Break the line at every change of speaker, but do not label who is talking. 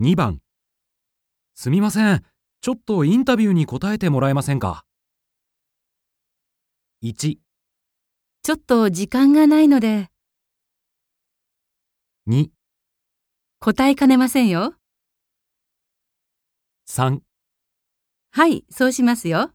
2番すみません、ちょっとインタビューに答えてもらえませんか ?1、
ちょっと時間がないので
2、
答えかねませんよ。
3
はい、そうしますよ。